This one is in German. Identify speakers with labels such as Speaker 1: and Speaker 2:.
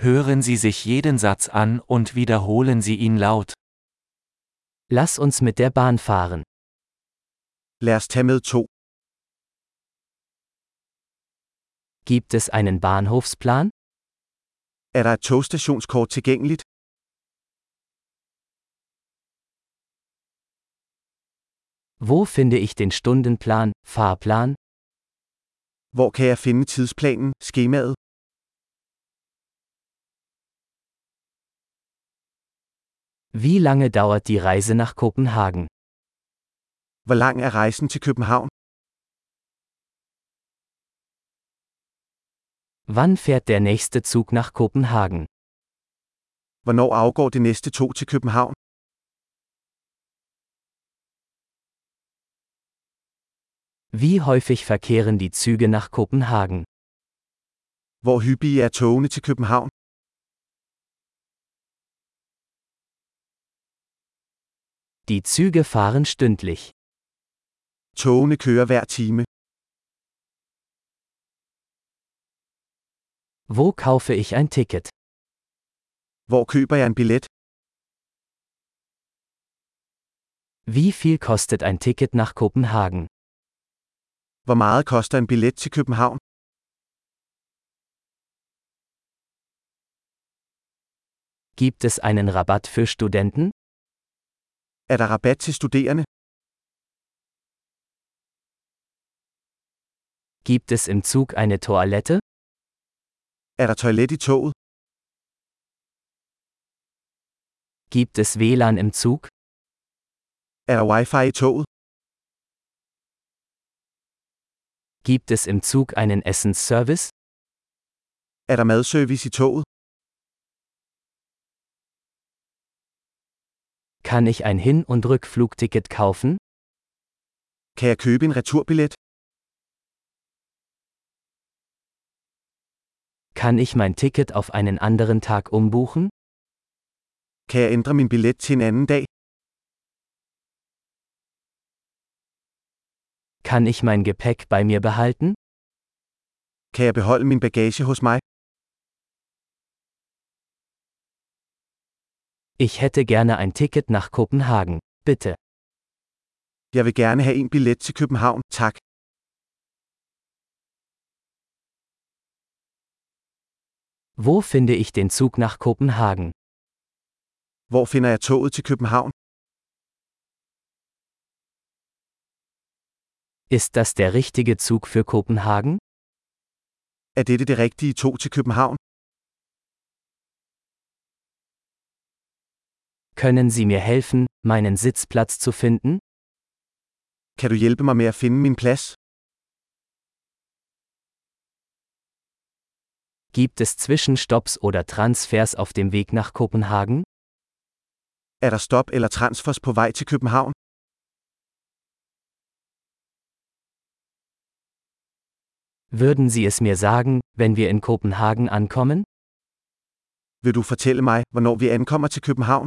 Speaker 1: Hören Sie sich jeden Satz an und wiederholen Sie ihn laut.
Speaker 2: Lass uns mit der Bahn fahren.
Speaker 3: Lad os tage med to.
Speaker 2: Gibt es einen Bahnhofsplan?
Speaker 3: Er der et togstationskort tilgængeligt?
Speaker 2: Wo finde ich den Stundenplan, Fahrplan?
Speaker 3: Hvor kan jeg finde tidsplanen, skemaet?
Speaker 2: Wie lange dauert die Reise nach Kopenhagen?
Speaker 3: Hvor lang er rejsen til København?
Speaker 2: Wann fährt der nächste Zug nach Kopenhagen?
Speaker 3: Hvornår afgår det næste tog til København?
Speaker 2: Wie häufig verkehren die Züge nach Kopenhagen?
Speaker 3: Hvor hyppige er togene til København?
Speaker 2: Die Züge fahren stündlich.
Speaker 3: Togene kører hver time.
Speaker 2: Wo kaufe ich ein Ticket?
Speaker 3: Hvor køber jeg en billet?
Speaker 2: Wie viel kostet ein Ticket nach Kopenhagen?
Speaker 3: Hvor meget koster en billet til København?
Speaker 2: Gibt es einen Rabatt für Studenten?
Speaker 3: Er der rabat til studerende?
Speaker 2: Gibt es im Zug eine Toilette?
Speaker 3: Er der toilet i toget?
Speaker 2: Gibt es WLAN im Zug?
Speaker 3: Er der wifi i toget?
Speaker 2: Gibt es im Zug einen Essensservice?
Speaker 3: Er der madservice i toget?
Speaker 2: Kann ich ein Hin- und Rückflugticket kaufen?
Speaker 3: Kan jeg købe en returbillet?
Speaker 2: Kann ich mein Ticket auf einen anderen Tag umbuchen?
Speaker 3: Kan jeg ændre min billet til en anden dag?
Speaker 2: Kann ich mein Gepäck bei mir behalten?
Speaker 3: Kan jeg beholde min bagage hos mig?
Speaker 2: Ich hätte gerne ein Ticket nach Kopenhagen, bitte.
Speaker 3: Jeg vil gerne have en billet til København, tak.
Speaker 2: Wo finde ich den Zug nach Kopenhagen?
Speaker 3: Hvor finder jeg toget til København?
Speaker 2: Ist das der richtige Zug für Kopenhagen?
Speaker 3: Er dette det rigtige tog til København?
Speaker 2: Können Sie mir helfen, meinen Sitzplatz zu finden?
Speaker 3: Kan du hjælpe mig med at finde min plads?
Speaker 2: Gibt es Zwischenstopps oder Transfers auf dem Weg nach Kopenhagen?
Speaker 3: Er der stop eller transfers på vej til København?
Speaker 2: Würden Sie es mir sagen, wenn wir in Kopenhagen ankommen?
Speaker 3: Vil du fortælle mig, hvornår vi ankommer til København?